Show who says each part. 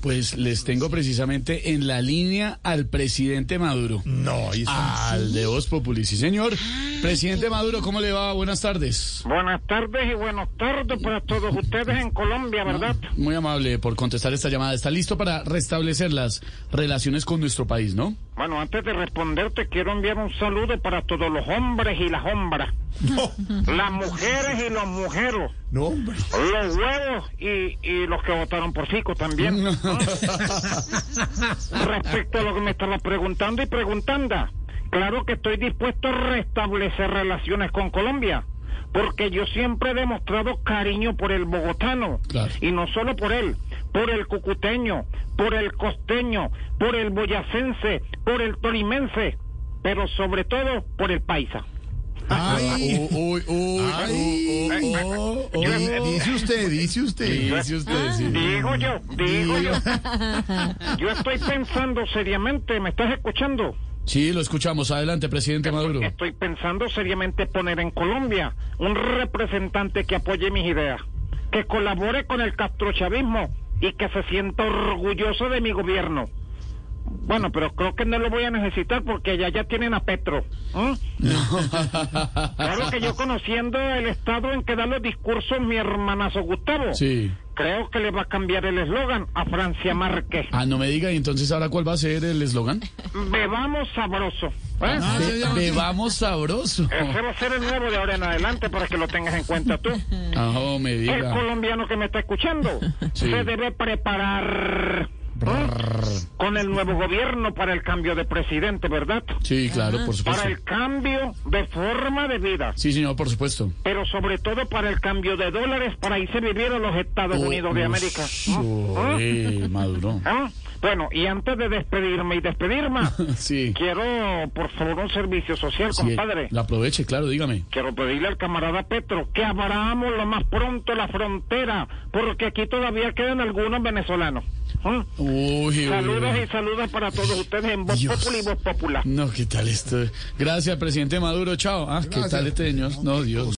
Speaker 1: Pues les tengo precisamente en la línea al presidente Maduro.
Speaker 2: No, ahí está.
Speaker 1: Al de Voz Populi, sí señor. Presidente Maduro, ¿cómo le va? Buenas tardes.
Speaker 3: Buenas tardes y buenas tardes para todos ustedes en Colombia, ¿verdad?
Speaker 1: Muy amable por contestar esta llamada. Está listo para restablecer las relaciones con nuestro país, ¿no?
Speaker 3: Bueno, antes de responderte, quiero enviar un saludo para todos los hombres y las hombras,
Speaker 2: No,
Speaker 3: las mujeres y los mujeros,
Speaker 2: no, hombre.
Speaker 3: los huevos y, y los que votaron por Fico también.
Speaker 1: No.
Speaker 3: Respecto a lo que me estaba preguntando y preguntando, claro que estoy dispuesto a restablecer relaciones con Colombia, porque yo siempre he demostrado cariño por el bogotano,
Speaker 1: Claro.
Speaker 3: y no solo por él, por el cucuteño, por el costeño, por el boyacense, por el tolimense, pero sobre todo por el paisa.
Speaker 2: Ay,
Speaker 1: Uy, uy, uy,
Speaker 2: ay,
Speaker 1: uy,
Speaker 3: oh,
Speaker 1: uy, uy, uy.
Speaker 2: Di- dice usted, dice usted. Ah.
Speaker 1: Dice usted, oh, sí.
Speaker 3: Digo yo, digo yo. Yo estoy pensando seriamente, ¿me estás escuchando?
Speaker 1: Sí, lo escuchamos. Adelante, presidente Maduro.
Speaker 3: Estoy pensando seriamente poner en Colombia un representante que apoye mis ideas, que colabore con el castrochavismo y que se sienta orgulloso de mi gobierno. Bueno, pero creo que no lo voy a necesitar porque ya ya tienen a Petro. ¿eh? Claro que yo conociendo el estado en que da los discursos mi hermanazo Gustavo,
Speaker 1: Sí.
Speaker 3: creo que le va a cambiar el eslogan a Francia Márquez.
Speaker 1: Ah, no me diga, ¿y entonces ahora cuál va a ser el eslogan? Ah,
Speaker 3: Bebamos sabroso. ¿eh?
Speaker 1: Be- Bebamos sabroso.
Speaker 3: Ese va a ser el nuevo de ahora en adelante para que lo tengas en cuenta tú.
Speaker 1: Ah, no me
Speaker 3: El
Speaker 1: diga.
Speaker 3: colombiano que me está escuchando
Speaker 1: Sí.
Speaker 3: se debe preparar ¿eh? con el nuevo gobierno para el cambio de presidente, ¿verdad?
Speaker 1: Sí, claro, por
Speaker 3: Para
Speaker 1: supuesto.
Speaker 3: el cambio de forma de vida,
Speaker 1: Sí, señor, por supuesto.
Speaker 3: pero sobre todo para el cambio de dólares para irse a vivir a los Estados Unidos de
Speaker 1: Uy,
Speaker 3: América. ¿eh?
Speaker 1: Oh, uy, Maduro.
Speaker 3: ¿eh? Bueno, y antes de despedirme y despedirme,
Speaker 1: Sí.
Speaker 3: quiero por favor un servicio social,
Speaker 1: sí,
Speaker 3: compadre.
Speaker 1: La aproveche, claro, dígame.
Speaker 3: Quiero pedirle al camarada Petro que abramos lo más pronto la frontera, porque aquí todavía quedan algunos venezolanos. ¿Mm?
Speaker 1: Uy, uy,
Speaker 3: Saludos
Speaker 1: uy.
Speaker 3: y saludos para todos ustedes en Voz
Speaker 1: Dios.
Speaker 3: Populi y Voz Popular.
Speaker 1: No, ¿qué tal esto? Gracias, presidente Maduro. Chao. Ah, ¿qué
Speaker 2: Gracias.
Speaker 1: tal este señor? No, Dios.